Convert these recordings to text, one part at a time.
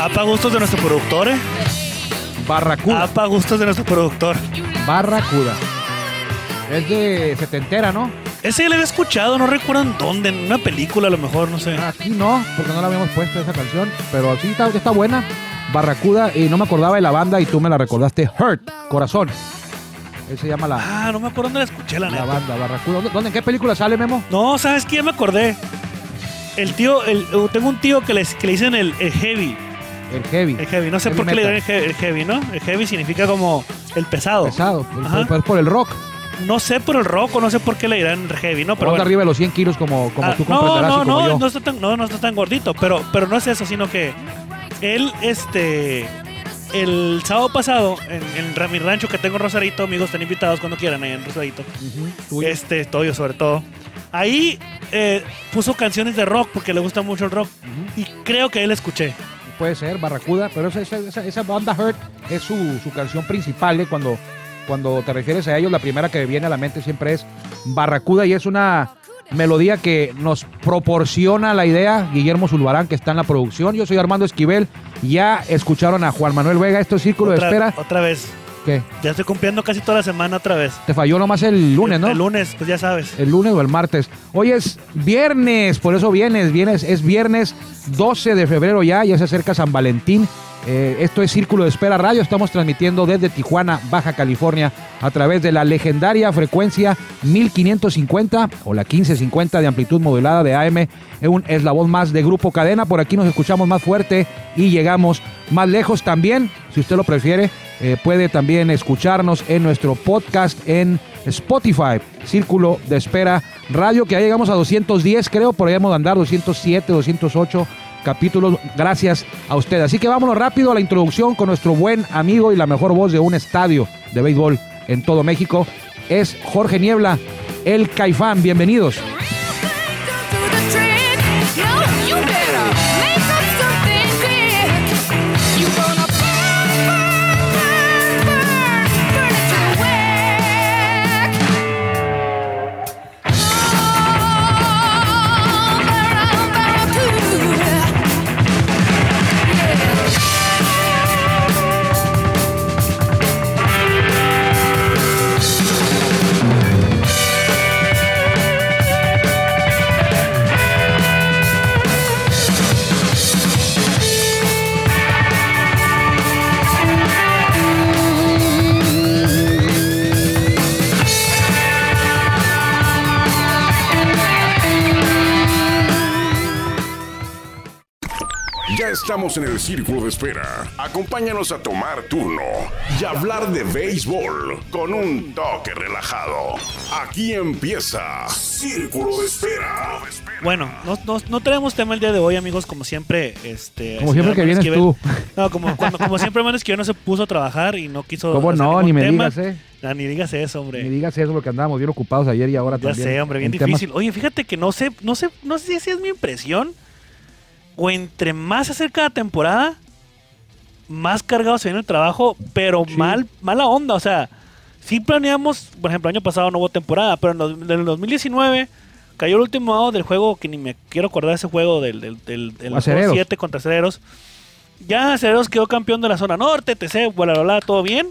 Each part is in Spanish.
Apa gustos de nuestro productor, eh. Barracuda. Apa gustos de nuestro productor. Barracuda. Es de setentera, ¿no? Ese ya lo había escuchado, no recuerdan dónde, en una película a lo mejor, no sé. Aquí no, porque no la habíamos puesto esa canción, pero sí está, está buena. Barracuda, y no me acordaba de la banda y tú me la recordaste. Hurt, Corazón. Él se llama la, Ah, no me acuerdo dónde la escuché, la la neta. banda, Barracuda. ¿Dónde, dónde- en qué película sale, Memo? No, ¿sabes qué? Ya me acordé. El tío, el, eh, tengo un tío que le, que le dicen el, el heavy. El Heavy. El heavy, no sé Heavy por qué le dirán metal. el he- el heavy, ¿no? El heavy significa como el pesado. Pesado. El- Ajá. pero es por el rock. No sé por el rock o no sé por qué le dirán heavy, ¿no? Pero Ronda bueno. arriba de los 100 kilos como, como Ah, tú no, comprenderás no, y como no, yo. no está tan, no, no está tan gordito, pero, pero no es eso, sino que él, este, el sábado pasado, en, en ra- mi rancho que tengo en Rosarito, amigos, están invitados cuando quieran ahí en Rosarito, Ujú, tuyo. este, Toyo sobre todo, ahí eh, puso canciones de rock porque le gusta mucho el rock Ujú. y creo que él escuché. Puede ser, Barracuda, pero esa, esa- esa- esa banda Hurt es su, su canción principal. ¿eh? Cuando, cuando te refieres a ellos, la primera que viene a la mente siempre es Barracuda y es una melodía que nos proporciona la idea Guillermo Zulbarán, que está en la producción. Yo soy Armando Esquivel. Ya escucharon a Juan Manuel Vega. Esto es Círculo otra, de Espera. otra vez, ¿Qué? ya estoy cumpliendo casi toda la semana otra vez. Te falló nomás el lunes, ¿no? El lunes, pues ya sabes. el lunes o el martes. Hoy es viernes, por eso vienes, vienes, es viernes 12 de febrero ya, ya se acerca San Valentín. Eh, esto es Círculo de Espera Radio, estamos transmitiendo desde Tijuana, Baja California, a través de la legendaria frecuencia 1550 o la 1550 de amplitud modulada de AM. Es un eslabón más de Grupo Cadena, por aquí nos escuchamos más fuerte y llegamos más lejos también, si usted lo prefiere. eh, puede también escucharnos en nuestro podcast en Spotify, Círculo de Espera Radio, que ya llegamos a 210, creo, por ahí hemos de andar, 207, 208 capítulos, gracias a usted. Así que vámonos rápido a la introducción con nuestro buen amigo y la mejor voz de un estadio de béisbol en todo México, es Jorge Niebla, el Caifán, bienvenidos. Ya estamos en el círculo de espera. Acompáñanos a tomar turno y hablar de béisbol con un toque relajado. Aquí empieza Círculo de Espera. Bueno, no, no, no tenemos tema el día de hoy, amigos, como siempre. Este, Como señor siempre que Hernández vienes tú. No, como, cuando- como siempre, Hernández que no se puso a trabajar y no quiso. ¿Cómo hacer no? ningún Ni me tema. digas, ¿eh? Ah, ni digas eso, hombre. Me digas eso porque andábamos bien ocupados ayer y ahora ya también. sé, hombre, bien en temas- difícil. Oye, fíjate que no sé, no sé, no sé si es mi impresión o entre más se acerca la temporada, más cargado se viene el trabajo, pero mal, mala onda. O sea, sí planeamos, por ejemplo, el año pasado no hubo temporada, pero en, los- en el 2019 cayó el último out del juego que ni me quiero acordar ese juego del, del, del, del Acereros. 7 contra Acereros. Ya Acereros quedó campeón de la zona norte, TC, bla, bla, bla, todo bien.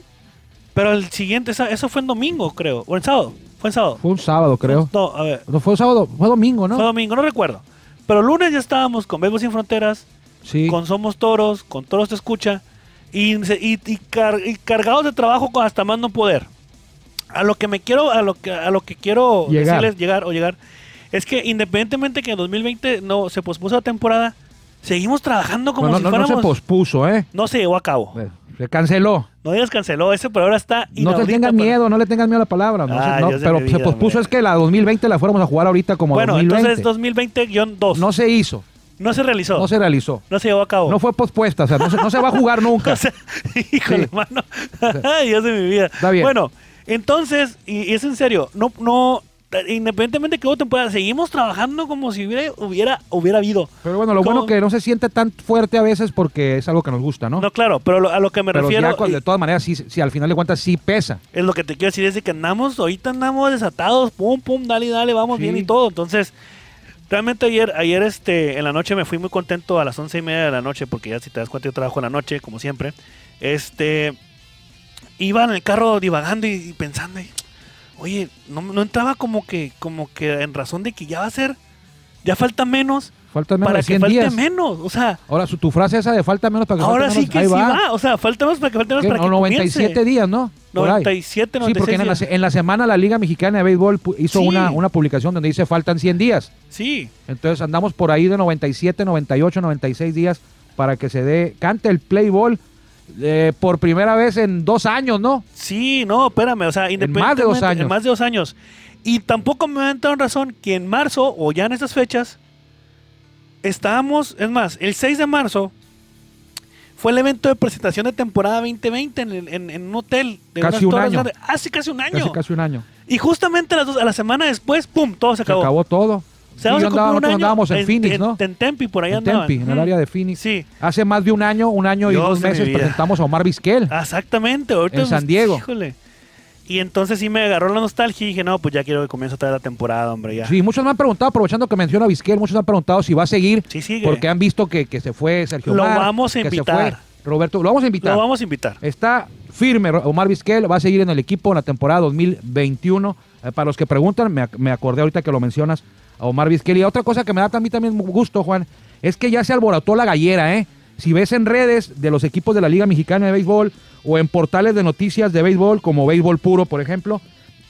Pero el siguiente, esa- eso fue en domingo, creo. O en sábado. Fue en sábado. Fue un sábado, creo. No, a ver, No, fue sábado, fue domingo, ¿no? fue domingo, no recuerdo. Pero lunes ya estábamos con Béisbol Sin Fronteras, sí. con Somos Toros, con Toros Te Escucha, y, se- y- y car- y cargados de trabajo con hasta más no poder. A lo que me quiero, a lo que, a lo que quiero Llegar. decirles llegar o llegar, es que independientemente que en 2020 no se pospuso la temporada, seguimos trabajando como Bueno, si no, no fuéramos. se pospuso, ¿eh? no se llevó a cabo. Bueno, Se canceló. No digas canceló, ese pero ahora está No te inaudito tengas para- miedo, no le tengas miedo a la palabra. No, Ah, se- no, Dios de pero mi se vida, pospuso hombre. es que la 2020 la fuéramos a jugar ahorita como Bueno, 2020. entonces 2020-2. No No, se hizo, se realizó. no se realizó. llevó a cabo. No fue pospuesta, o sea, no se, no se va a jugar nunca. O sea, híjole, Sí. mano. Ay, Dios de mi vida. Está bien. Bueno, entonces, y, y es en serio, no, no, independientemente que hubo temporada, seguimos trabajando como si hubiera, hubiera, hubiera habido. Pero bueno, lo Como- bueno que no se siente tan fuerte a veces porque es algo que nos gusta, ¿no? No, claro, pero lo- a lo que me pero refiero ya, cuando- y- de todas maneras, sí, sí, al final de cuentas sí pesa. es lo que te quiero decir, es de que andamos, ahorita andamos desatados, pum, pum, dale, dale, vamos Sí. bien y todo. Entonces, Realmente ayer, ayer este, en la noche me fui muy contento a las once y media de la noche, porque ya si te das cuenta yo trabajo en la noche, como siempre. Este, iba en el carro divagando y, y pensando, y, oye, no, no entraba como que, como que en razón de que ya va a ser, ya falta menos, Faltan menos para de que 100 falte días. menos, o sea, Ahora, su, tu frase esa de falta menos para que ahora falte sí menos, que ahí sí va. va. o sea, falta menos para que falte menos ¿Qué? para que No, 97 comience. días, ¿no? Por ahí. 97, Sí, porque en la, 96 se- en la semana la Liga Mexicana de Béisbol pu- hizo Sí. una, una publicación donde dice faltan 100 días. Sí, Entonces andamos por ahí de 97, 98, 96 días para que se dé, cante el play ball eh, por primera vez en dos años, ¿no? sí, no, espérame, o sea, independientemente. más de dos años. en más de dos años. Y tampoco me han dado razón que en marzo o ya en estas fechas estábamos, es más, el 6 de marzo fue el evento de presentación de temporada 2020 en, el- en- en un hotel de Casi unas un torres año. grandes. Hace casi un año. Casi casi un año. Y justamente a, las dos- a la semana después, ¡pum! Todo se Se acabó. acabó todo. O Y sea, vamos yo a cumplir andaba- un nosotros año andábamos en Phoenix, ¿no? En Tempi, por ahí En andaban. Tempi, en el Mm. área de Phoenix. Sí. Hace más de un año, un año y Dios dos de mi meses vida. presentamos a Omar Vizquel. Ah, Exactamente, ahorita En es- San Diego. híjole. Y entonces sí me agarró la nostalgia y dije, no, pues ya quiero que comience otra vez la temporada, hombre, ya. Sí, muchos me han preguntado, aprovechando que menciona a Vizquel, muchos me han preguntado si va a seguir. Sí, sigue. Porque han visto que, que se fue Sergio Lo Omar, vamos a que se invitar. fue Roberto, lo vamos a invitar. Lo vamos a invitar. Está firme Ro- Omar Vizquel, va a seguir en el equipo en la temporada 2021. Eh, para los que preguntan, me, ac- me acordé ahorita que lo mencionas a Omar Vizquel. Y otra cosa que me da a mí también mu- gusto, Juan, es que ya se alborotó la gallera, ¿eh? Si ves en redes de los equipos de la Liga Mexicana de Béisbol o en portales de noticias de béisbol, como Béisbol Puro, por ejemplo,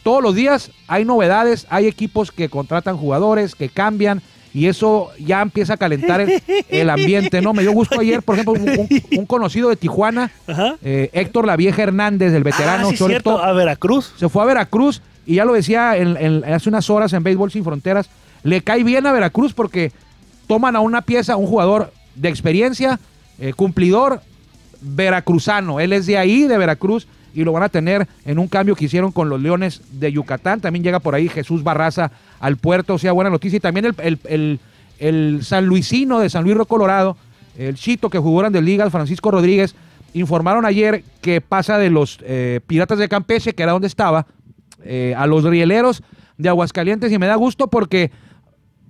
todos los días hay novedades, hay equipos que contratan jugadores, que cambian, y eso ya empieza a calentar el, el ambiente, ¿no? Me dio gusto ayer, por ejemplo, un- un- un conocido de Tijuana Ajá. eh, Héctor La Vieja Hernández, el veterano ah, sí, shortstop, cierto, a Veracruz. se fue a Veracruz y ya lo decía en- en- hace unas horas en Béisbol Sin Fronteras, le cae bien a Veracruz porque toman a una pieza, un jugador de experiencia, eh, cumplidor, veracruzano. Él es de ahí, de Veracruz, y lo van a tener en un cambio que hicieron con los Leones de Yucatán. También llega por ahí Jesús Barraza al puerto, o sea, buena noticia. Y también el, el, el- el San Luisino de San Luis Río Colorado, el Chito que jugó de Liga, Francisco Rodríguez, informaron ayer que pasa de los eh, Piratas de Campeche, que era donde estaba, eh, a los Rieleros de Aguascalientes. Y me da gusto porque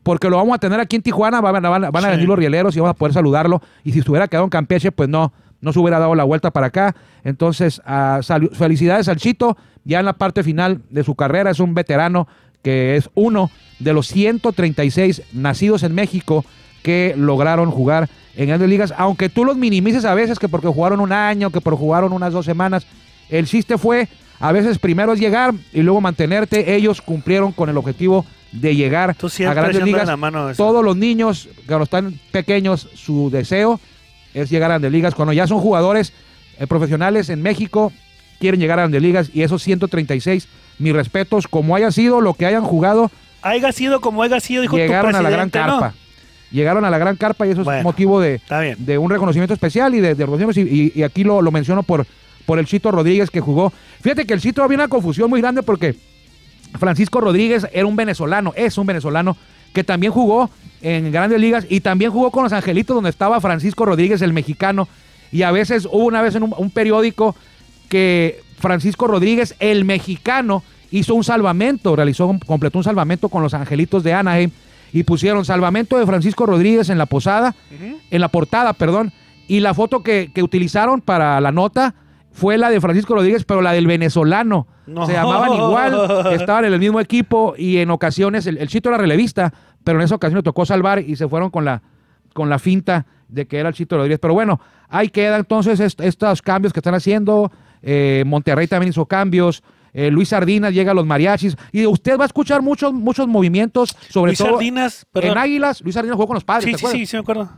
porque lo vamos a tener aquí en Tijuana, van, van- van a Sí. venir los rieleros y vamos a poder saludarlo. Y si estuviera quedado en Campeche, pues no, no se hubiera dado la vuelta para acá. Entonces, ah, salu- felicidades al Chito, ya en la parte final de su carrera, es un veterano que es uno de los 136 nacidos en México que lograron jugar en grandes ligas, aunque tú los minimices a veces, que porque jugaron un año, que porque jugaron unas dos semanas, el chiste fue, a veces primero es llegar y luego mantenerte, ellos cumplieron con el objetivo de llegar Tú siempre a grandes echándole ligas. la mano a eso. Todos los niños, cuando están pequeños, su deseo es llegar a grandes ligas. Cuando ya son jugadores eh, profesionales en México, quieren llegar a grandes ligas y esos 136, mis respetos, como haya sido, lo que hayan jugado, Haya sido como haya sido, dijo llegaron tu a la gran presidente, ¿no? carpa. Llegaron a la gran carpa y eso Bueno. es motivo de, Está bien. de un reconocimiento especial y de, de reconocimientos, y, y- y aquí lo, lo menciono por, por el Chito Rodríguez que jugó. Fíjate que el Chito había una confusión muy grande porque Francisco Rodríguez era un venezolano, es un venezolano que también jugó en grandes ligas y también jugó con los Angelitos donde estaba Francisco Rodríguez, el mexicano. Y a veces hubo una vez en un, un periódico que Francisco Rodríguez, el mexicano, hizo un salvamento, realizó, un- completó un salvamento con los Angelitos de Anaheim y pusieron salvamento de Francisco Rodríguez en la posada en la portada, perdón, y la foto que, que utilizaron para la nota fue la de Francisco Rodríguez, pero la del venezolano. No. Se llamaban igual, estaban en el mismo equipo y en ocasiones, el, el Chito era relevista, pero en esa ocasión le tocó salvar y se fueron con la, con la finta de que era el Chito Rodríguez. Pero bueno, ahí queda entonces est- estos cambios que están haciendo. Eh, Monterrey también hizo cambios. Eh, Luis Sardinas llega a los mariachis. Y usted va a escuchar muchos, muchos movimientos, sobre Luis todo Sardinas, perdón. en Águilas. Luis Sardinas jugó con los padres. sí, ¿te sí, acuerdas? Pues sí, sí, me acuerdo.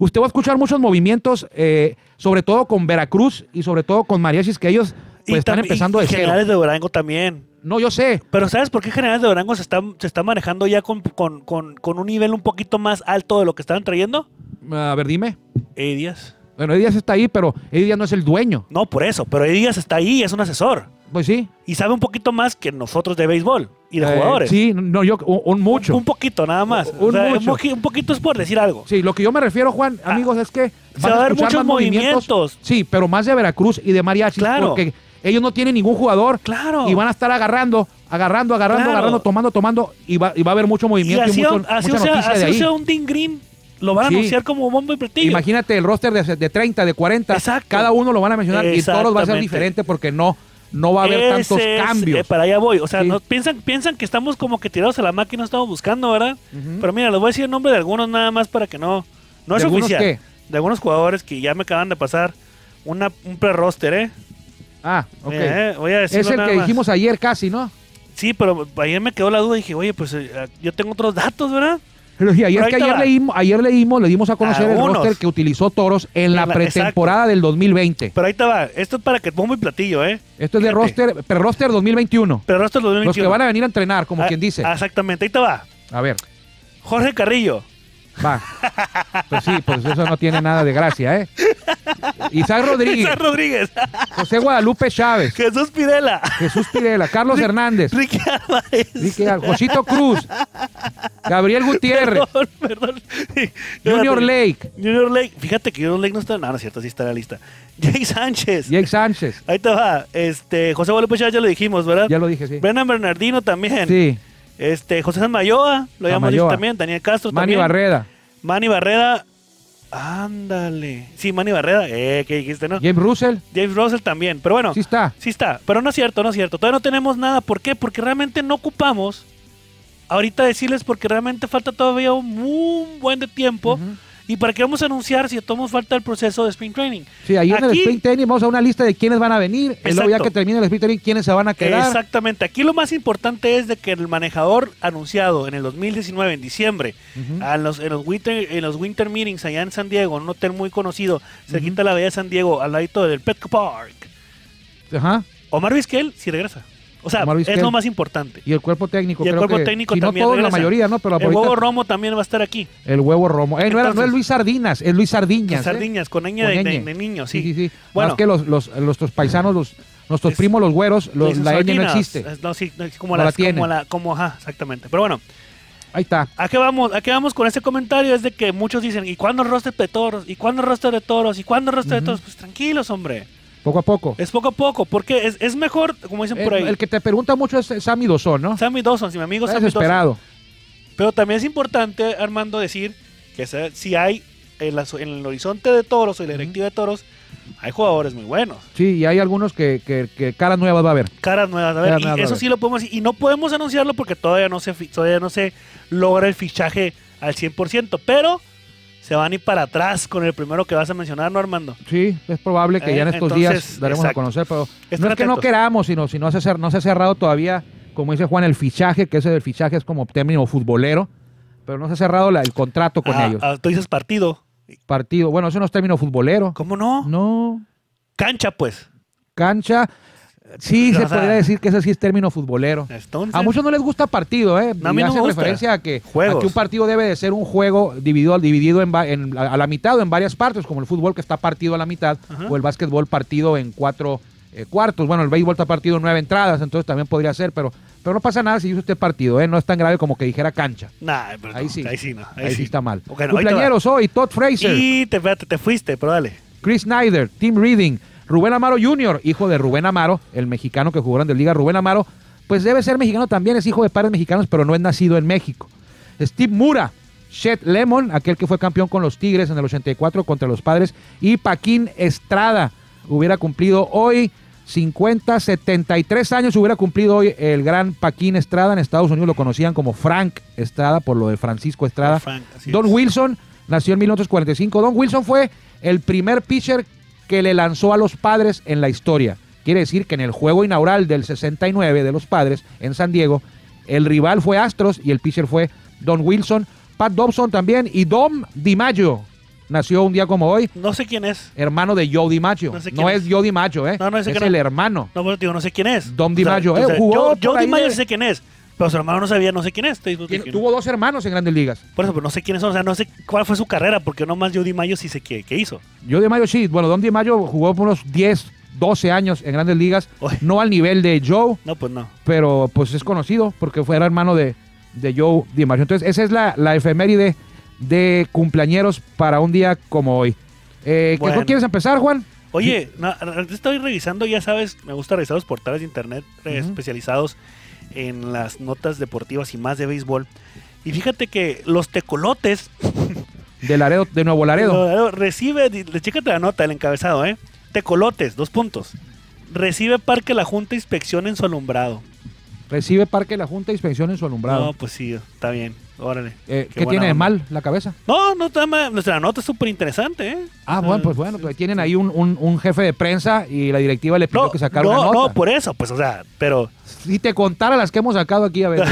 Usted va a escuchar muchos movimientos, eh, sobre todo con Veracruz y sobre todo con Mariachis, que ellos pues, Y están tam- y- empezando y de cero. Generales de Durango también. No, yo sé. Pero ¿sabes por qué Generales de Durango se está, se está manejando ya con, con, con, con un nivel un poquito más alto de lo que estaban trayendo? A ver, dime. Eddie Díaz. Bueno, Eddie Díaz está ahí, pero Eddie Díaz no es el dueño. No, por eso. Pero Eddie Díaz está ahí, es un asesor. Pues sí. Y sabe un poquito más que nosotros de béisbol y de Eh, jugadores. Sí, no, yo, un, un mucho. Un poquito, nada más. Un O sea, mucho. poqui- un poquito es por decir algo. Sí, lo que yo me refiero, Juan, amigos, es que Ah, va a haber escuchar muchos más movimientos. Sí, pero más de Veracruz y de Mariachis. Claro. Porque Ellos no tienen ningún jugador. Claro. Y van a estar agarrando, agarrando, agarrando, Claro. agarrando, tomando, tomando. Y va, y va a haber mucho Y movimiento y, así, mucho, así mucha sea, noticia así de ahí. sea un Dean Green, lo van a Sí. anunciar como bombo y platillo. Imagínate el roster de, de 30, de 40. Exacto. Cada uno lo van a mencionar y todos va a ser Exactamente. diferente porque no, no va a haber Ese tantos es- cambios. eh, para allá voy. O sea, Sí. no- piensan, piensan que estamos como que tirados a la máquina, estamos buscando, ¿verdad? Pero mira, les voy a decir el nombre de algunos nada más para que no. No ¿De es algunos oficial. qué? De algunos jugadores que ya me acaban de pasar una, un pre-roster, ¿eh? ah, ok. Mira, eh, voy a decirlo es el nada que más. dijimos ayer casi, ¿no? Sí, pero ayer me quedó la duda y dije, oye, pues eh, yo tengo otros datos, ¿verdad? Pero sí, ayer, Pero que ahí te ayer, va. leímos, ayer leímos, le dimos a conocer el Algunos. roster que utilizó Toros en la la- pretemporada del 2020. Pero ahí te va. Esto es para que pongo mi platillo, ¿eh? Esto es de Fíjate. roster, pero roster 2021. Pero roster Los 2021. que van a venir a entrenar, como Ah, quien dice. Exactamente, ahí te va. A ver, Jorge Carrillo. va. Pues sí, pues eso no tiene nada de gracia, ¿eh? Isaac Rodríguez, César Rodríguez. José Guadalupe Chávez, Jesús Pirela. Jesús Pirela, Carlos Hernández, Ricky Álvarez. Ricky Al- Josito Cruz, Gabriel Gutiérrez, Perdón, perdón. Junior Fíjate, Lake, Junior Lake. Fíjate que Junior Lake no está. No, no es cierto, sí está en la lista. Jake Sánchez. Jake Sánchez. Ahí te va. Este, José Guadalupe Chávez ya lo dijimos, ¿verdad? Ya lo dije, sí. Brennan Bernardino también. Sí, Este, José San Mayoa, lo habíamos dicho Samayoa. también. Daniel Castro Manny también. Barreda, Manny Barreda. Ándale. Sí, Manny Barreda. Eh, ¿qué dijiste, no? James Russell, James Russell también. Pero bueno. sí está. Sí está, pero no es cierto, no es cierto. Todavía no tenemos nada. ¿Por qué? Porque realmente no ocupamos. Ahorita decirles porque realmente falta todavía un muy buen de tiempo. Ujú. Y para qué vamos a anunciar si tomamos falta el proceso de Spring Training. Sí, ahí en el Aquí- Spring Training vamos a una lista de quiénes van a venir. Y luego ya Exacto. que termine el Spring Training, quiénes se van a quedar. Exactamente. Aquí lo más importante es de que el manejador anunciado en el 2019, en diciembre, Ujú. a los, en, los winter, en los Winter Meetings allá en San Diego, en un hotel muy conocido, se quita la bahía de San Diego, al ladito del Petco Park. Ajá. Omar Vizquel si regresa. O sea, Omar Vizquel. es lo más importante. Y el cuerpo técnico. Y el creo cuerpo que- técnico si también No todos, la regresa. mayoría, ¿no? Pero el ahorita- huevo romo también va a estar aquí. el huevo romo. Eh, no, era, no es Entonces- Luis Sardinas, es Luis Sardiñas. ¿eh? Sardiñas, con ñ Con de, de, ñ. de niño, sí. Sí, sí, sí. Bueno. Más que los, los- nuestros paisanos, los, nuestros Es- primos, los güeros, los- Dicen la ñ no sardinas. existe. Es- No, sí, no, es como, No la las- tienen. como la, como, ajá, exactamente. Pero bueno, Ahí está. ¿a qué vamos? ¿A qué vamos con este comentario? Es de que muchos dicen, ¿y cuándo el roster de toros? ¿Y cuándo el roster de toros? ¿Y cuándo el roster de toros? Pues tranquilos, hombre. Poco a poco. Es poco a poco, porque es, es mejor, como dicen por el, ahí. Eh, el que te pregunta mucho es eh, Sammy Dosón, ¿no? Sammy Dawson, si mi amigo Está Sammy Dawson. desesperado. Pero también es importante, Armando, decir que se- si hay en, la- en el horizonte de toros o en la directiva de toros, hay jugadores muy buenos. Sí, y hay algunos que, que- que caras nuevas va a haber. caras nuevas. A ver, Caras y nuevas, a eso ver. sí lo podemos decir. Y no podemos anunciarlo porque todavía no se, fi- todavía no se logra el fichaje al 100%. Pero se van a ir para atrás con el primero que vas a mencionar, ¿no, Armando? Sí, es probable que ya en Eh, estos entonces, días daremos a exacto. conocer, pero Estén no es que no atentos. queramos, sino si no se, ha cer- no se ha cerrado todavía, como dice Juan, el fichaje, que ese del fichaje es como término futbolero, pero no se ha cerrado la- el contrato con Ah, ellos. ah, tú dices partido. Partido, bueno, eso no es término futbolero. ¿Cómo no? No, Cancha, pues. cancha, sí O se sea, eh, podría decir que ese sí es término futbolero. Entonces, A muchos no les gusta partido, ¿eh? No, a mí Y no me hacen gusta. referencia a que, Juegos. a que un partido debe de ser un juego dividido, dividido en, va- en- a la mitad o en varias partes, como el fútbol que está partido a la mitad, Ajá. o el básquetbol partido en cuatro eh, cuartos. Bueno, el béisbol está partido en nueve entradas, entonces también podría ser, pero, pero no pasa nada si dice usted partido, ¿eh? No es tan grave como que dijera cancha. nah, pero Ahí no, sí. Ahí sí, no. Ahí, Ahí sí está mal. Ok, no, ahí te va. Cumpleañeros hoy, Todd Fraser, Y te, espérate, te fuiste, pero dale. Chris Snyder, Tim Reading, Rubén Amaro Jr., hijo de Rubén Amaro, el mexicano que jugó en la Liga, Rubén Amaro, pues debe ser mexicano también, es hijo de padres mexicanos, pero no es nacido en México. Steve Mura, Chet Lemon, aquel que fue campeón con los Tigres en el 84 contra los padres, y Paquín Estrada, hubiera cumplido hoy 50, 73 años, hubiera cumplido hoy el gran Paquín Estrada, en Estados Unidos lo conocían como Frank Estrada, por lo de Francisco Estrada. Frank, así Don es. Wilson nació en 1945. Don Wilson fue el primer pitcher que le lanzó a los padres en la historia. Quiere decir que en el juego inaugural del 69 de los padres en San Diego, el rival fue Astros y el pitcher fue Don Wilson. Pat Dobson también y Dom DiMaggio nació un día como hoy, No sé quién es. hermano de Joe DiMaggio. No, No sé quién es es. Joe DiMaggio, ¿eh? No, no, ese es que no. el hermano. No, pues digo, no sé quién es. Don O sea, DiMaggio, eh, o sea, jugó yo- yo por ahí DiMaggio de- sí sé quién es. Pero su hermano no sabía, no sé quién es. Estoy- Tiene- quién- Tuvo dos hermanos en Grandes Ligas. Por eso, pero no sé quiénes son, o sea, no sé cuál fue su carrera, porque nomás Judy Mayo sí sé qué, qué hizo. Joe DiMaggio sí, bueno, Don DiMaggio jugó por unos 10, 12 años en Grandes Ligas, Uy. no al nivel de Joe, No, pues no. pero pues es conocido porque fue era hermano de, de Joe DiMaggio. Entonces, esa es la, la efeméride de cumpleañeros para un día como hoy. Eh, ¿qué- Bueno. ¿Quieres empezar, Juan? Oye, no, ahorita estoy revisando, ya sabes, me gusta revisar los portales de internet eh, Ujú. especializados en las notas deportivas y más de béisbol. Y fíjate que los tecolotes De, Laredo, de Nuevo Laredo. Laredo recibe, di- le- chécate la nota, el encabezado, ¿eh? Tecolotes, dos puntos. Recibe Parque La Junta inspección en su alumbrado. Recibe Parque la Junta Inspección en su alumbrado. No, pues sí, está bien, órale. Eh, ¿Qué, buena tiene de onda. mal la cabeza? No, no está mal, nuestra nota es súper interesante, ¿eh? O Ah, sea, bueno, pues bueno, pues tienen ahí un, un- un jefe de prensa y la directiva le pidió No, que sacara no, una nota. no, por eso, pues, o sea, pero... Si te contara las que hemos sacado aquí, a ver.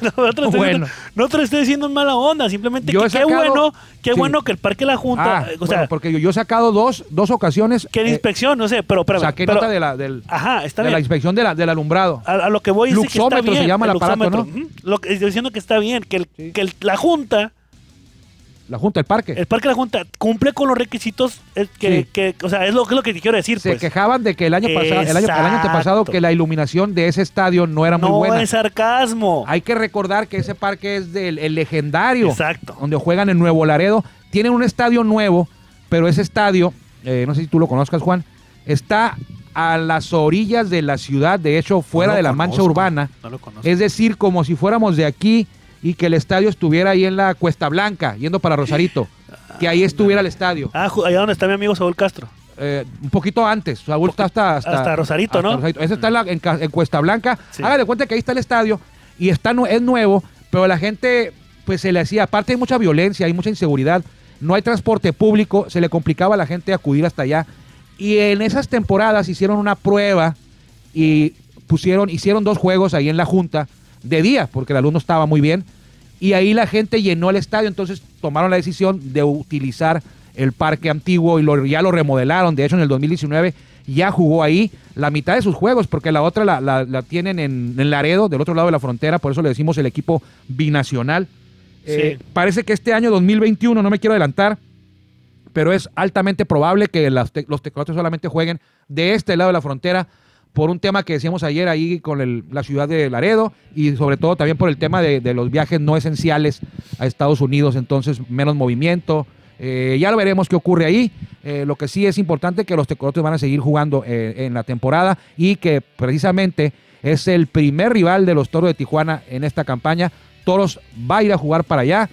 No, no te lo estoy, Bueno. diciendo, no te lo estoy diciendo en mala onda, simplemente Yo que he qué sacado- bueno, qué sí. bueno que el Parque La Junta, Ah, eh, o bueno, sea, porque yo, yo he sacado dos, dos ocasiones. que la eh, inspección, no sé, pero, espérame, saqué pero- nota de la, del- ajá, está de la bien. inspección de la- del alumbrado. a, a lo que voy es que está Luxómetro bien. se llama el aparato, luxómetro, ¿no? ujú. Lo que estoy diciendo que está bien, que, el- Sí. que el- la Junta, La Junta, el parque. el Parque La Junta, cumple con los requisitos eh, que, Sí. que- o sea, es lo, es lo que te quiero decir, se pues. quejaban de que el año, pasado, el, año, el año antepasado Exacto. que la iluminación de ese estadio no era muy no buena. es sarcasmo. Hay que recordar que ese parque es del el legendario. Exacto. Donde juegan en Nuevo Laredo. Tienen un estadio nuevo, pero ese estadio, eh, no sé si tú lo conozcas, Juan, está a las orillas de la ciudad, de hecho, No fuera lo de la conozco, mancha urbana. No lo conozco. Es decir, como si fuéramos de aquí y que el estadio estuviera ahí en la Cuesta Blanca, yendo para Rosarito. Que ahí estuviera el estadio. Ah, ju- allá donde está mi amigo Saúl Castro. Eh, un poquito antes. Saúl está hasta, hasta, hasta Rosarito, ¿no? Ese está en, la- en Ca- en Cuesta Blanca. Sí. Hágale cuenta que ahí está el estadio y está nu- es nuevo, pero la gente pues se le hacía, aparte hay mucha violencia, hay mucha inseguridad, no hay transporte público, se le complicaba a la gente acudir hasta allá. Y en esas temporadas hicieron una prueba y pusieron, hicieron dos juegos ahí en la junta de día, porque la luz no estaba muy bien, y ahí la gente llenó el estadio, entonces tomaron la decisión de utilizar el parque antiguo y lo- ya lo remodelaron, de hecho en el 2019 ya jugó ahí la mitad de sus juegos, porque la otra la, la- la tienen en, en Laredo, del otro lado de la frontera, por eso le decimos el equipo binacional. Eh, Sí. parece que este año 2021, no me quiero adelantar, pero es altamente probable que las te- los tecolotes solamente jueguen de este lado de la frontera por un tema que decíamos ayer ahí con el- la ciudad de Laredo y sobre todo también por el tema de, de los viajes no esenciales a Estados Unidos, entonces menos movimiento. Eh, ya lo veremos qué ocurre ahí. Eh, lo que sí es importante que los tecolotes van a seguir jugando eh, en la temporada y que precisamente es el primer rival de los Toros de Tijuana en esta campaña. Toros va a ir a jugar para allá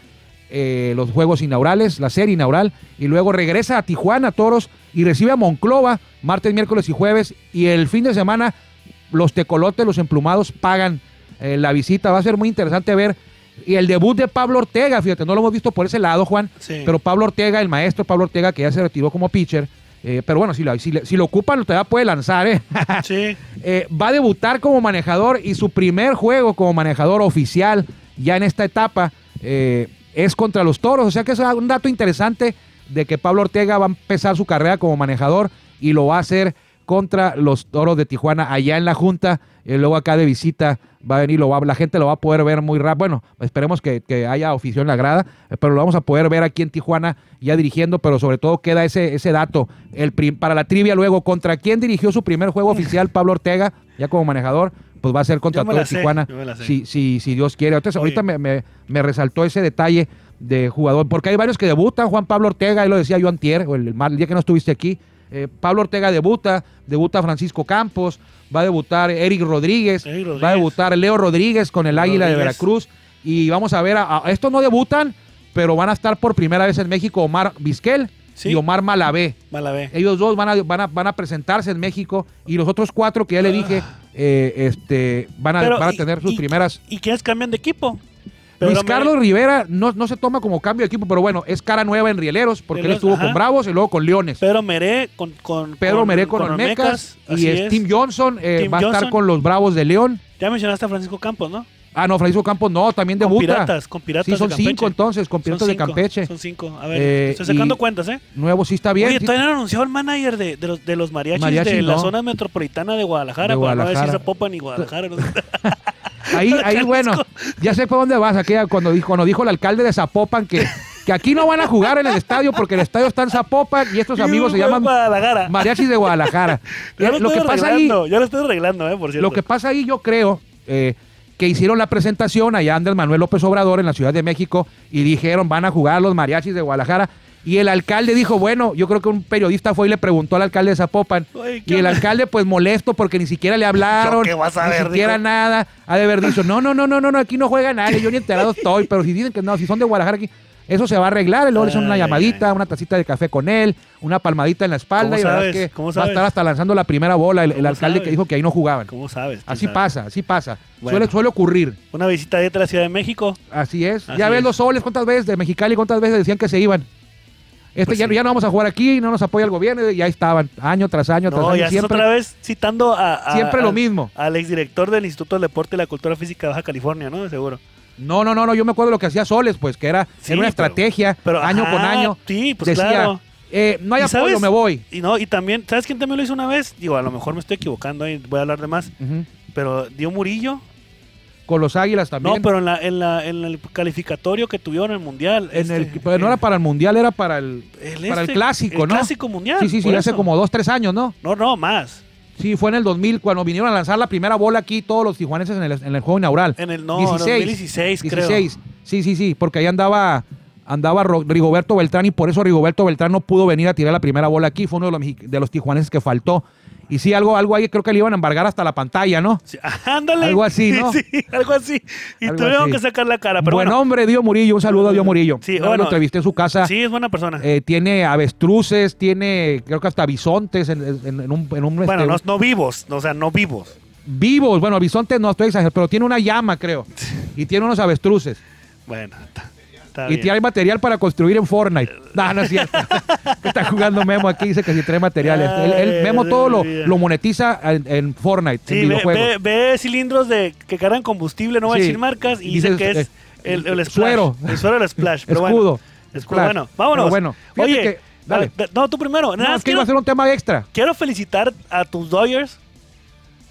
eh, los juegos inaugurales, la serie inaugural, y luego regresa a Tijuana Toros y recibe a Monclova martes, miércoles y jueves, y el fin de semana los tecolotes, los emplumados pagan eh, la visita. Va a ser muy interesante ver. Y el debut de Pablo Ortega, fíjate, no lo hemos visto por ese lado, Juan, Sí. pero Pablo Ortega, el maestro Pablo Ortega, que ya se retiró como pitcher, eh, pero bueno, si lo, si, le- si lo ocupan, todavía puede lanzar, ¿eh? Sí. Eh, va a debutar como manejador y su primer juego como manejador oficial ya en esta etapa eh, es contra los toros. O sea que es un dato interesante de que Pablo Ortega va a empezar su carrera como manejador y lo va a hacer contra los toros de Tijuana allá en la Junta. Y luego acá de visita va a venir, lo va- la gente lo va a poder ver muy rápido. Bueno, esperemos que, que haya afición en la grada, eh, pero lo vamos a poder ver aquí en Tijuana ya dirigiendo, pero sobre todo queda ese, ese dato el prim- para la trivia luego. ¿Contra quién dirigió su primer juego oficial Pablo Ortega, ya como manejador? Pues va a ser contra Yo me todo la sé, Tijuana, yo me la sé. si, si, si Dios quiere. Entonces, Oye. ahorita me, me- me resaltó ese detalle de jugador, porque hay varios que debutan. Juan Pablo Ortega, ahí lo decía yo antier, o el, el mar- el día que no estuviste aquí. Eh, Pablo Ortega debuta, debuta Francisco Campos, va a debutar Eric Rodríguez, Eric va a Rodríguez. debutar Leo Rodríguez con el Águila de Rodríguez. Veracruz. Y vamos a ver, a, a- estos no debutan, pero van a estar por primera vez en México Omar Vizquel Sí. y Omar Malavé. Mala ve. Ellos dos van a, van, a, van a presentarse en México y los otros cuatro que ya le dije eh, este, van, a, Ah. Pero, van a y- tener sus y- primeras. ¿Y quiénes cambian de equipo? Luis Pedro Mer- Carlos Rivera no, no se toma como cambio de equipo, pero bueno, es cara nueva en Rieleros porque él Rieleros, estuvo ajá. con Bravos y luego con Leones. Pedro Meré con, con Pedro Meré con, Olmecas y así es Tim Johnson eh, Tim va a estar Johnson. con los Bravos de León. Ya mencionaste a Francisco Campos, ¿no? Ah, no, Francisco Campos no, también Con debuta. Piratas, con Piratas Sí, son de Campeche. cinco entonces, con Son Piratas de cinco, Campeche. Son cinco. A ver, Eh, estoy sacando y- cuentas, ¿eh? Nuevo sí está bien. Oye, sí- todavía no anunció el manager de, de los, de los mariachis Mariachi, de no. la zona metropolitana de Guadalajara, De para no Guadalajara. decir Zapopan ni Guadalajara. ¿no? Ahí, ahí bueno, ya sé por dónde vas. Aquella cuando dijo, cuando dijo el alcalde de Zapopan que, que aquí no van a jugar en el estadio porque el estadio está en Zapopan y estos amigos se Y llaman Guadalajara. mariachis de Guadalajara. Ya Eh, lo que estoy pasa ahí, arreglando, ya lo estoy arreglando, ¿eh? Por cierto. lo que pasa ahí, yo creo eh, que hicieron la presentación allá Andrés Manuel López Obrador en la Ciudad de México y dijeron van a jugar los mariachis de Guadalajara Y el alcalde dijo, bueno, yo creo que un periodista fue y le preguntó al alcalde de Zapopan. Oye, ¿qué y el onda? alcalde, pues molesto porque ni siquiera le hablaron, qué vas a ni ver, siquiera dijo. nada. Ha de haber dicho, no, no, no, no, no, no, aquí no juega nadie, yo ni enterado estoy, pero si dicen que no, si son de Guadalajara aquí, eso se va a arreglar. Y luego le hacen una Ay, ay, llamadita, una tacita de café con él, una palmadita en la espalda ¿Cómo y la verdad sabes? es que ¿Cómo va a estar sabes? hasta lanzando la primera bola el, el ¿Cómo alcalde que sabes? dijo que ahí no jugaban. ¿Cómo sabes? ¿Quién Así sabe? pasa, así pasa. Bueno. Suele, suele ocurrir. Una visita de a la Ciudad de México. Así es. Así ya ves es. los soles, cuántas veces de Mexicali, cuántas veces decían que se iban. Este Pues ya, sí. ya no vamos a jugar aquí, no nos apoya el gobierno, y ahí estaban, año tras año, tras No, año. ya estás otra vez citando a, a- siempre lo al- mismo. Al exdirector del Instituto del Deporte y la Cultura Física de Baja California, ¿no? De seguro. No, no, no, no, yo me acuerdo lo que hacía Soles, pues, que era, Sí, era una pero- estrategia, pero, año ajá, con año. sí, pues decía, claro. eh, no hay ¿Y apoyo, sabes? me voy. Y no, y también, ¿sabes quién también lo hizo una vez? Digo, a lo mejor me estoy equivocando ahí voy a hablar de más. Ujú. Pero dio Murillo. Con los Águilas también. No, pero en, la, en, la, en el calificatorio que tuvieron en el Mundial. en el, este, pero no era para el Mundial, era para el, el para el este, Clásico, el ¿no? Clásico Mundial. sí, sí, sí, por hace eso. como dos, tres años, ¿no? eh, No, no, más. Sí, fue en el 2000 cuando vinieron a lanzar la primera bola aquí todos los tijuaneses en el, en el juego inaugural. En el no, en el 2016, creo. 16. Sí, sí, sí, porque ahí andaba andaba Ro- Rigoberto Beltrán y por eso Rigoberto Beltrán no pudo venir a tirar la primera bola aquí, fue uno de los, mexi- de los tijuaneses que faltó. Y sí, algo algo ahí creo que le iban a embargar hasta la pantalla, ¿no? Sí, ándale. Algo así, ¿no? Sí, algo así. Y Algo tuvieron así. que sacar la cara. Pero Buen bueno, hombre, Dio Murillo, un saludo a Dio Murillo. Sí, Yo bueno. lo entrevisté en su casa. sí, es buena persona. Eh, tiene avestruces, tiene creo que hasta bisontes en, en- en un, en un, bueno, este, no, no vivos, o sea, no vivos. vivos. Bueno, bisontes no estoy exagerando, pero tiene una llama, creo. Y tiene unos avestruces. Bueno, está, está Y bien. tiene material para construir en Fortnite. No, no es cierto. Está jugando Memo aquí, dice que si trae materiales. El, el Memo todo lo, lo monetiza en, en Fortnite, Sí, en ve, videojuegos. ve- ve cilindros de que cargan combustible, no voy a Sí. decir marcas, y Dices, dice que es eh, el, el splash. suero. El suero del splash. Pero Escudo, Bueno, escudo. splash. Bueno, vámonos. Pero bueno, fíjate Oye, que- dale. a- de- no, tú primero. Nada No, más es que quiero, iba a ser un tema extra. quiero felicitar a tus Dodgers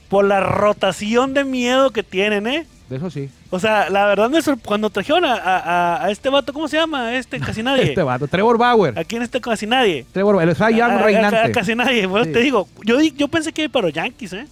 por la rotación de miedo que tienen, ¿eh? De eso sí. O sea, la verdad, me sorpre- cuando trajeron a, a- a- a este vato, ¿cómo se llama? Este casi nadie. Este vato. Trevor Bauer. Aquí en este casi nadie. Trevor Bauer. El Cy Young A- a- a- reinante. casi nadie. Bueno, Sí. te digo, yo, di- yo pensé que iba para los Yankees, ¿eh?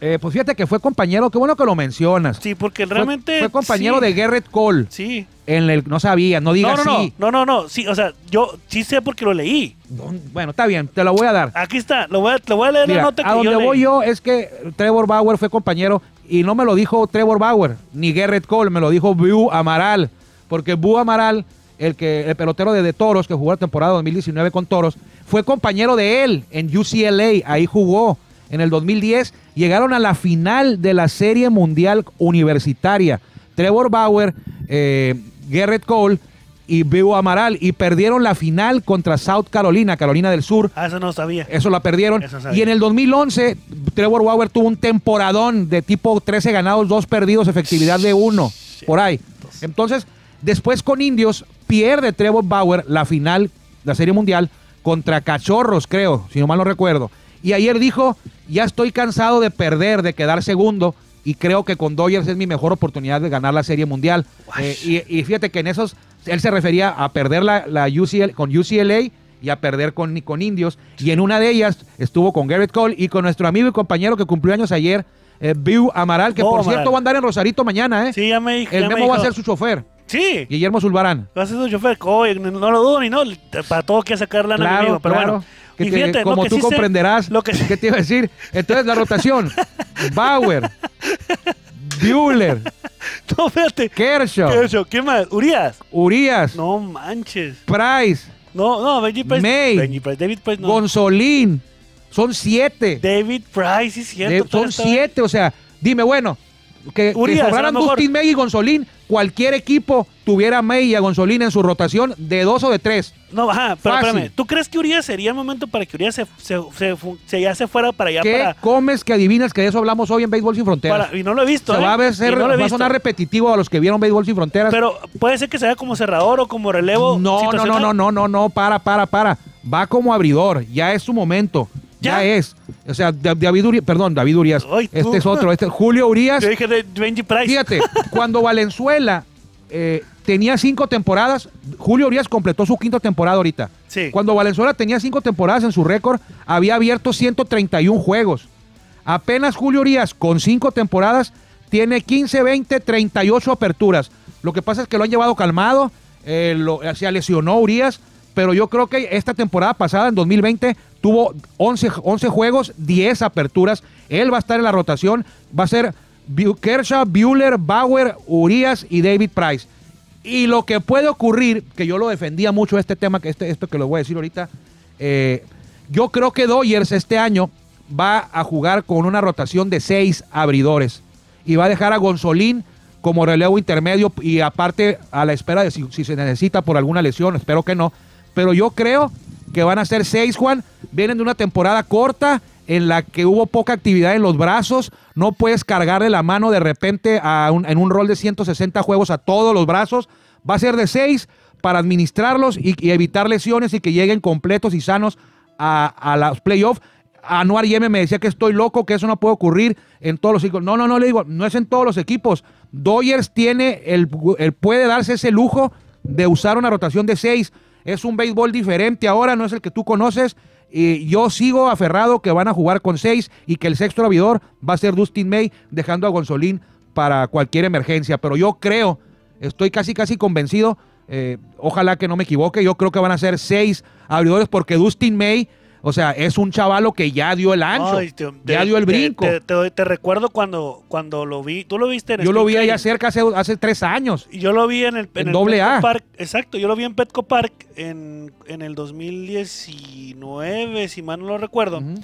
Eh, pues fíjate que fue compañero. Qué bueno que lo mencionas. Sí, porque Fue- realmente. Fue, compañero sí, de Garrett Cole. Sí. En el, no sabía, no No, digas no, no, sí. no, no, no, sí, o sea, yo sí sé porque lo leí. ¿Dónde? Bueno, está bien, te lo voy a dar. Aquí está, lo voy a, lo voy a leer Mira, la nota que a donde yo leí. voy yo es que Trevor Bauer fue compañero y no me lo dijo Trevor Bauer ni Garrett Cole, me lo dijo Bu Amaral, porque Bu Amaral, el que el pelotero de, de Toros que jugó la temporada 2019 con Toros, fue compañero de él en UCLA, ahí jugó en el 2010, llegaron a la final de la Serie Mundial Universitaria. Trevor Bauer, eh, Garrett Cole y Bu Amaral y perdieron la final contra South Carolina, Carolina del Sur. Ah, eso no sabía. Eso la perdieron. Eso sabía. Y en el 2011, Trevor Bauer tuvo un temporadón de tipo 13 ganados, 2 perdidos, efectividad de 1, por ahí. Entonces, después con Indios, pierde Trevor Bauer la final, la Serie Mundial, contra Cachorros, creo, si no mal no recuerdo. Y ayer dijo, ya estoy cansado de perder, de quedar segundo, y creo que con Dodgers es mi mejor oportunidad de ganar la Serie Mundial. Eh, y, y fíjate que en esos, él se refería a perder la, la UCL, con UCLA y a perder con, con indios. Y en una de ellas estuvo con Garrett Cole y con nuestro amigo y compañero que cumplió años ayer, eh, Bill Amaral, que Bo por Amaral. cierto va a andar en Rosarito mañana, ¿eh? Sí, ya me dijo. El ya me Memo va a dijo. ser su chofer, Sí, Guillermo Zulbarán. va a ser su chofer. Oye, no no lo dudo ni no, para todo que sacar lana, mi Claro, amigo, Pero claro. bueno, Que y te- fíjate, lo como que tú sí sé- comprenderás, lo que sí- ¿qué te iba a decir? Entonces, la rotación, Bauer, Buehler, No, fíjate. Kershaw, ¿Qué, eso? ¿Qué más? ¿Urias? Urias, No manches. Price, No, no, Benji Price. May. Benji Price, David Price, no. Gonzolín. Son siete. David Price, sí, es cierto. De- todavía Eh, son estaba- siete, o sea, dime, bueno, que, que Urias, a lo sobraran mejor. Dustin May y Gonzolín, cualquier equipo tuviera a May y a Gonzolín en su rotación de dos o de tres. No, ajá, pero Fácil. espérame. ¿Tú crees que Urias sería el momento para que Urias se, se, se, fu- se- ya se fuera para allá ¿Qué para, comes que adivinas que de eso hablamos hoy en Béisbol Sin Fronteras? para- Y no lo he visto. Se ¿eh? va a, ver- Y ser- no lo he va a visto. sonar repetitivo a los que vieron Béisbol Sin Fronteras. Pero puede ser que sea como cerrador o como relevo. no, no, no, situacional. no, no, no, no, para, para, para. Va como abridor, ya es su momento. Ya, ¿Ya? es. O sea, Da- David Urias, perdón, David Urias. Ay, tú. este es otro, este Julio Urias. Yo dije de Benji Price. Fíjate, cuando Valenzuela eh, tenía cinco temporadas, Julio Urias completó su quinta temporada ahorita. Sí. Cuando Valenzuela tenía cinco temporadas en su récord, había abierto 131 juegos. Apenas Julio Urias, con cinco temporadas, tiene 15, 20, 38 aperturas. Lo que pasa es que lo han llevado calmado, eh, lo- se eh, lesionó Urias, pero yo creo que esta temporada pasada, en 2020, tuvo 11, 11 juegos, 10 aperturas. Él va a estar en la rotación, va a ser Bu- Kershaw, Bueller, Bauer, Urias y David Price. Y lo que puede ocurrir, que yo lo defendía mucho este tema, que este, esto que lo voy a decir ahorita, eh, yo creo que Dodgers este año va a jugar con una rotación de seis abridores y va a dejar a Gonzolín como relevo intermedio y aparte a la espera de si, si se necesita por alguna lesión, espero que no. Pero yo creo que van a ser seis, Juan. Vienen de una temporada corta en la que hubo poca actividad en los brazos. No puedes cargarle la mano de repente a un- en un rol de 160 juegos a todos los brazos. Va a ser de seis para administrarlos y, y evitar lesiones y que lleguen completos y sanos a, a los playoffs. Anuar Yeme me decía que estoy loco, que eso no puede ocurrir en todos los equipos. No, no, no, le digo, no es en todos los equipos. Dodgers tiene, el, el- puede darse ese lujo de usar una rotación de seis. Es un béisbol diferente ahora, no es el que tú conoces. Y yo sigo aferrado que van a jugar con seis y que el sexto abridor va a ser Dustin May, dejando a Gonzolín para cualquier emergencia. Pero yo creo, estoy casi casi convencido, eh, ojalá que no me equivoque, yo creo que van a ser seis abridores porque Dustin May, o sea, es un chavalo que ya dio el ancho, Ay, te- ya te- dio el te- brinco. Te, te doy- te recuerdo cuando, cuando lo vi. Tú lo viste en yo lo vi Spring allá Training. cerca hace, hace tres años. Yo lo vi en el, en En el doble Petco A. Park. Exacto, yo lo vi en Petco Park en, en el 2019, si mal no lo recuerdo, Ujú.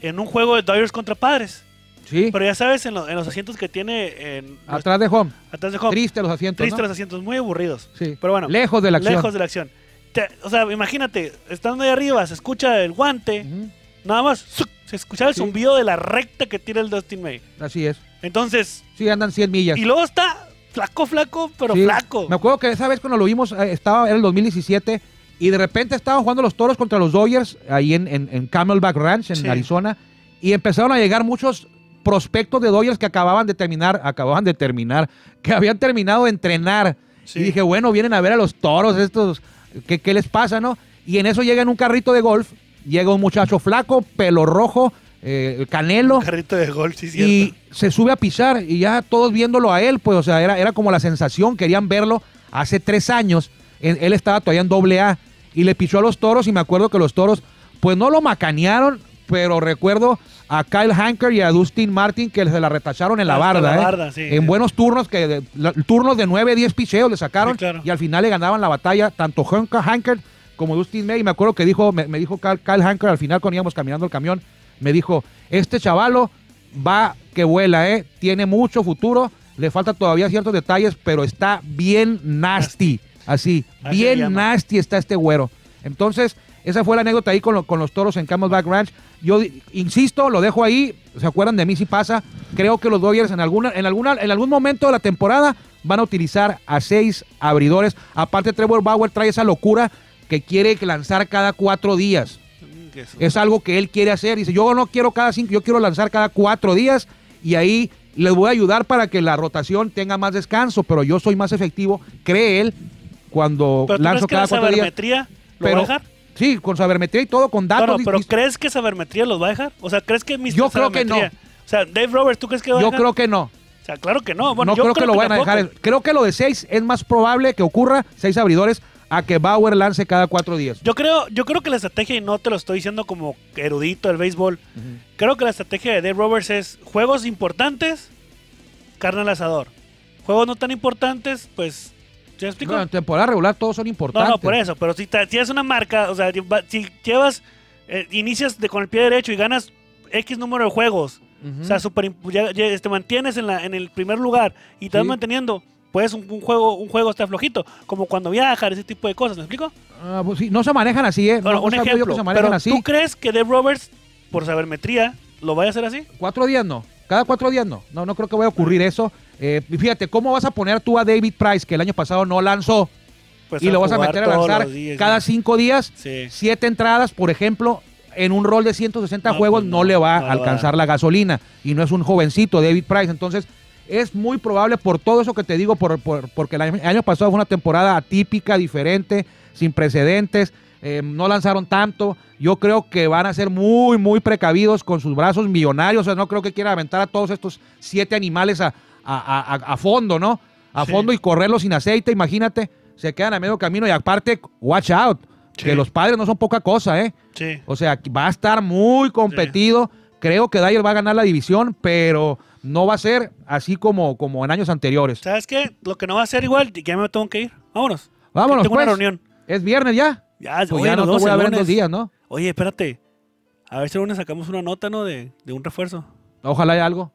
en un juego de Dodgers contra Padres. Sí, Pero ya sabes, en, lo- en los asientos que tiene en los- atrás de home. atrás de home, Triste los asientos. tristes ¿no? los asientos, muy aburridos. Sí. Pero bueno, lejos de la acción. lejos de la acción. Te- o sea, imagínate, estando ahí arriba, se escucha el guante, Ujú, nada más ¡zuc! se escuchaba el Sí. zumbido de la recta que tira el Dustin May. Así es. Entonces, Sí, andan 100 millas. y luego está flaco, flaco, pero Sí. flaco. Me acuerdo que esa vez cuando lo vimos, eh, estaba, era el 2017, y de repente estaban jugando los toros contra los Dodgers ahí en, en- en Camelback Ranch, en Sí. Arizona, y empezaron a llegar muchos prospectos de Dodgers que acababan de terminar, acababan de terminar, que habían terminado de entrenar. Sí. Y dije, bueno, vienen a ver a los toros estos, ¿qué, qué les pasa, no? Y en eso llega en un carrito de golf, llega un muchacho flaco, pelo rojo, eh, el canelo, Carrito de golf, sí, cierto. y se sube a pisar y ya todos viéndolo a él, pues, o sea, era, era como la sensación, querían verlo hace tres años. en- él estaba todavía en doble A y le pichó a los toros y me acuerdo que los toros, pues no lo macanearon, pero recuerdo a Kyle Hanker y a Dustin Martin que se la retacharon en la Hasta la barda, ¿eh? barda, sí. en buenos turnos, que de- la- turnos de 9, 10 picheos le sacaron Sí, claro. y al final le ganaban la batalla tanto Hanker, Hanker como Dustin May. Me acuerdo que dijo, me, me dijo Kyle, Kyle Hanker al final cuando íbamos caminando el camión, me dijo, este chavalo va que vuela, ¿eh? tiene mucho futuro, le falta todavía ciertos detalles, pero está bien nasty, así, Así se bien llama. nasty está este güero. Entonces, esa fue la anécdota ahí con, lo- con los toros en Camelback Ranch. Yo di- insisto, lo dejo ahí. ¿Se acuerdan de mí si pasa? Creo que los Dodgers en, alguna, en, alguna, en algún momento de la temporada van a utilizar a seis abridores. Aparte, Trevor Bauer trae esa locura que quiere lanzar cada cuatro días. Mm, que eso. Es algo que él quiere hacer. Dice, yo no quiero cada cinco, yo quiero lanzar cada cuatro días y ahí les voy a ayudar para que la rotación tenga más descanso, pero yo soy más efectivo, cree él, cuando Pero tú crees lanzo que cada la cuatro días. sabermetría lo Pero- va a dejar? Sí, con sabermetría y todo, con No, datos. no, dis- pero dis- ¿crees que sabermetría los va a dejar? O sea, ¿crees que Mr. Yo creo que no. Sabermetría- O sea, Dave Roberts, ¿tú crees que va a yo dejar? creo que no. O sea, claro que no. Bueno, no yo creo, que lo vayan a tampoco. dejar. Creo que lo de seis es más probable que ocurra, seis abridores, a que Bauer lance cada cuatro días. Yo creo, yo creo que la estrategia, y no te lo estoy diciendo como erudito del béisbol, creo que la estrategia de Dave Roberts es juegos importantes, carne al asador. Juegos no tan importantes, pues, ¿te explico? Bueno, en temporada regular todos son No, importantes. no, por eso. Pero si, te- si es una marca, o sea, si va- si llevas, eh, inicias de- con el pie derecho y ganas X número de juegos, Ujú. o sea, super, ya- ya te mantienes en, la, en el primer lugar y te vas Sí. manteniendo, pues un, un juego un juego está flojito, como cuando viajas, ese tipo de cosas, ¿me explico? Ah, pues sí, no se manejan así, ¿eh? Bueno, no, no un sabía yo ejemplo. que se manejan Pero así. ¿tú crees que Dave Roberts, por sabermetría, lo vaya a hacer así? Cuatro días no. Cada cuatro días no. No, no creo que vaya a ocurrir eso. Eh, fíjate, ¿cómo vas a poner tú a David Price, que el año pasado no lanzó, Pues, y lo vas a jugar meter a todos lanzar los días, cada ¿no? cinco días? Sí. siete entradas, por ejemplo, en un rol de 160 No, juegos pues no, no, le va no a le alcanzar la gasolina y no es un jovencito David Price, entonces es muy probable por todo eso que te digo, por, por- porque el año, el año pasado fue una temporada atípica, diferente, sin precedentes, eh, no lanzaron tanto, yo creo que van a ser muy, muy precavidos con sus brazos millonarios, o sea, no creo que quieran aventar a todos estos siete animales a, a- a- a fondo, ¿no? A Sí. fondo y correrlos sin aceite, imagínate, se quedan a medio camino y aparte, watch out, Sí. Que los padres no son poca cosa, ¿eh? Sí. O sea, va a estar muy competido. Creo que Dyer va a ganar la división, pero no va a ser así como, como en años anteriores. ¿Sabes qué? Lo que no va a ser igual, ya me tengo que ir. Vámonos. Vámonos, Tengo pues. una reunión. Es viernes ya. Ya, Pues oye, ya nos no te vemos voy a el ver en dos lunes. días, ¿no? Oye, espérate. A ver si el lunes sacamos una nota, ¿no? De, de un refuerzo. Ojalá haya algo.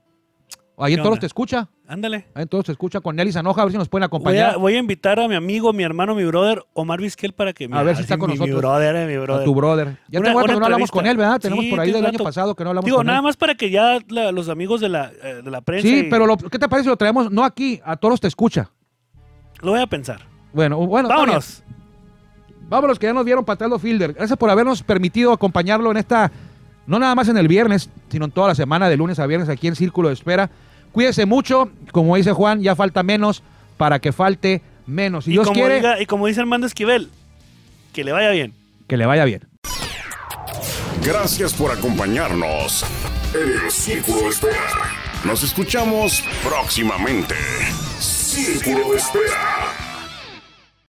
Ahí en ¿Qué Toros onda? te escucha. Ándale. Ahí en Toros te escucha con Nelly Zanoja, a ver si nos pueden Voy a, acompañar. voy a invitar a mi amigo, mi hermano, mi brother, Omar Vizquel, para que... A ver si está con mi, nosotros. Mi brother, eh, mi A brother. tu brother. Ya Una- tengo rato una que no hablamos entrevista. con él, ¿verdad? Tenemos Sí, por ahí tiene del año rato. pasado que no hablamos Digo, con él. nada más para que ya la- los amigos de la, eh, de la prensa... Sí, y- pero lo- ¿qué te parece si lo traemos? No aquí, a Toros te escucha. Lo voy a pensar. Bueno, bueno. está Vámonos. bien. Vámonos, que ya nos vieron pateando Fielder. Gracias por habernos permitido acompañarlo en esta, no nada más en el viernes, sino en toda la semana, de lunes a viernes, aquí en Círculo de Espera. Cuídese mucho. Como dice Juan, ya falta menos para que falte menos. Si y, Dios como quiere, diga- y como dice Armando Esquivel, que le vaya bien. que le vaya bien. Gracias por acompañarnos en el Círculo de Espera. Nos escuchamos próximamente. Círculo de Espera.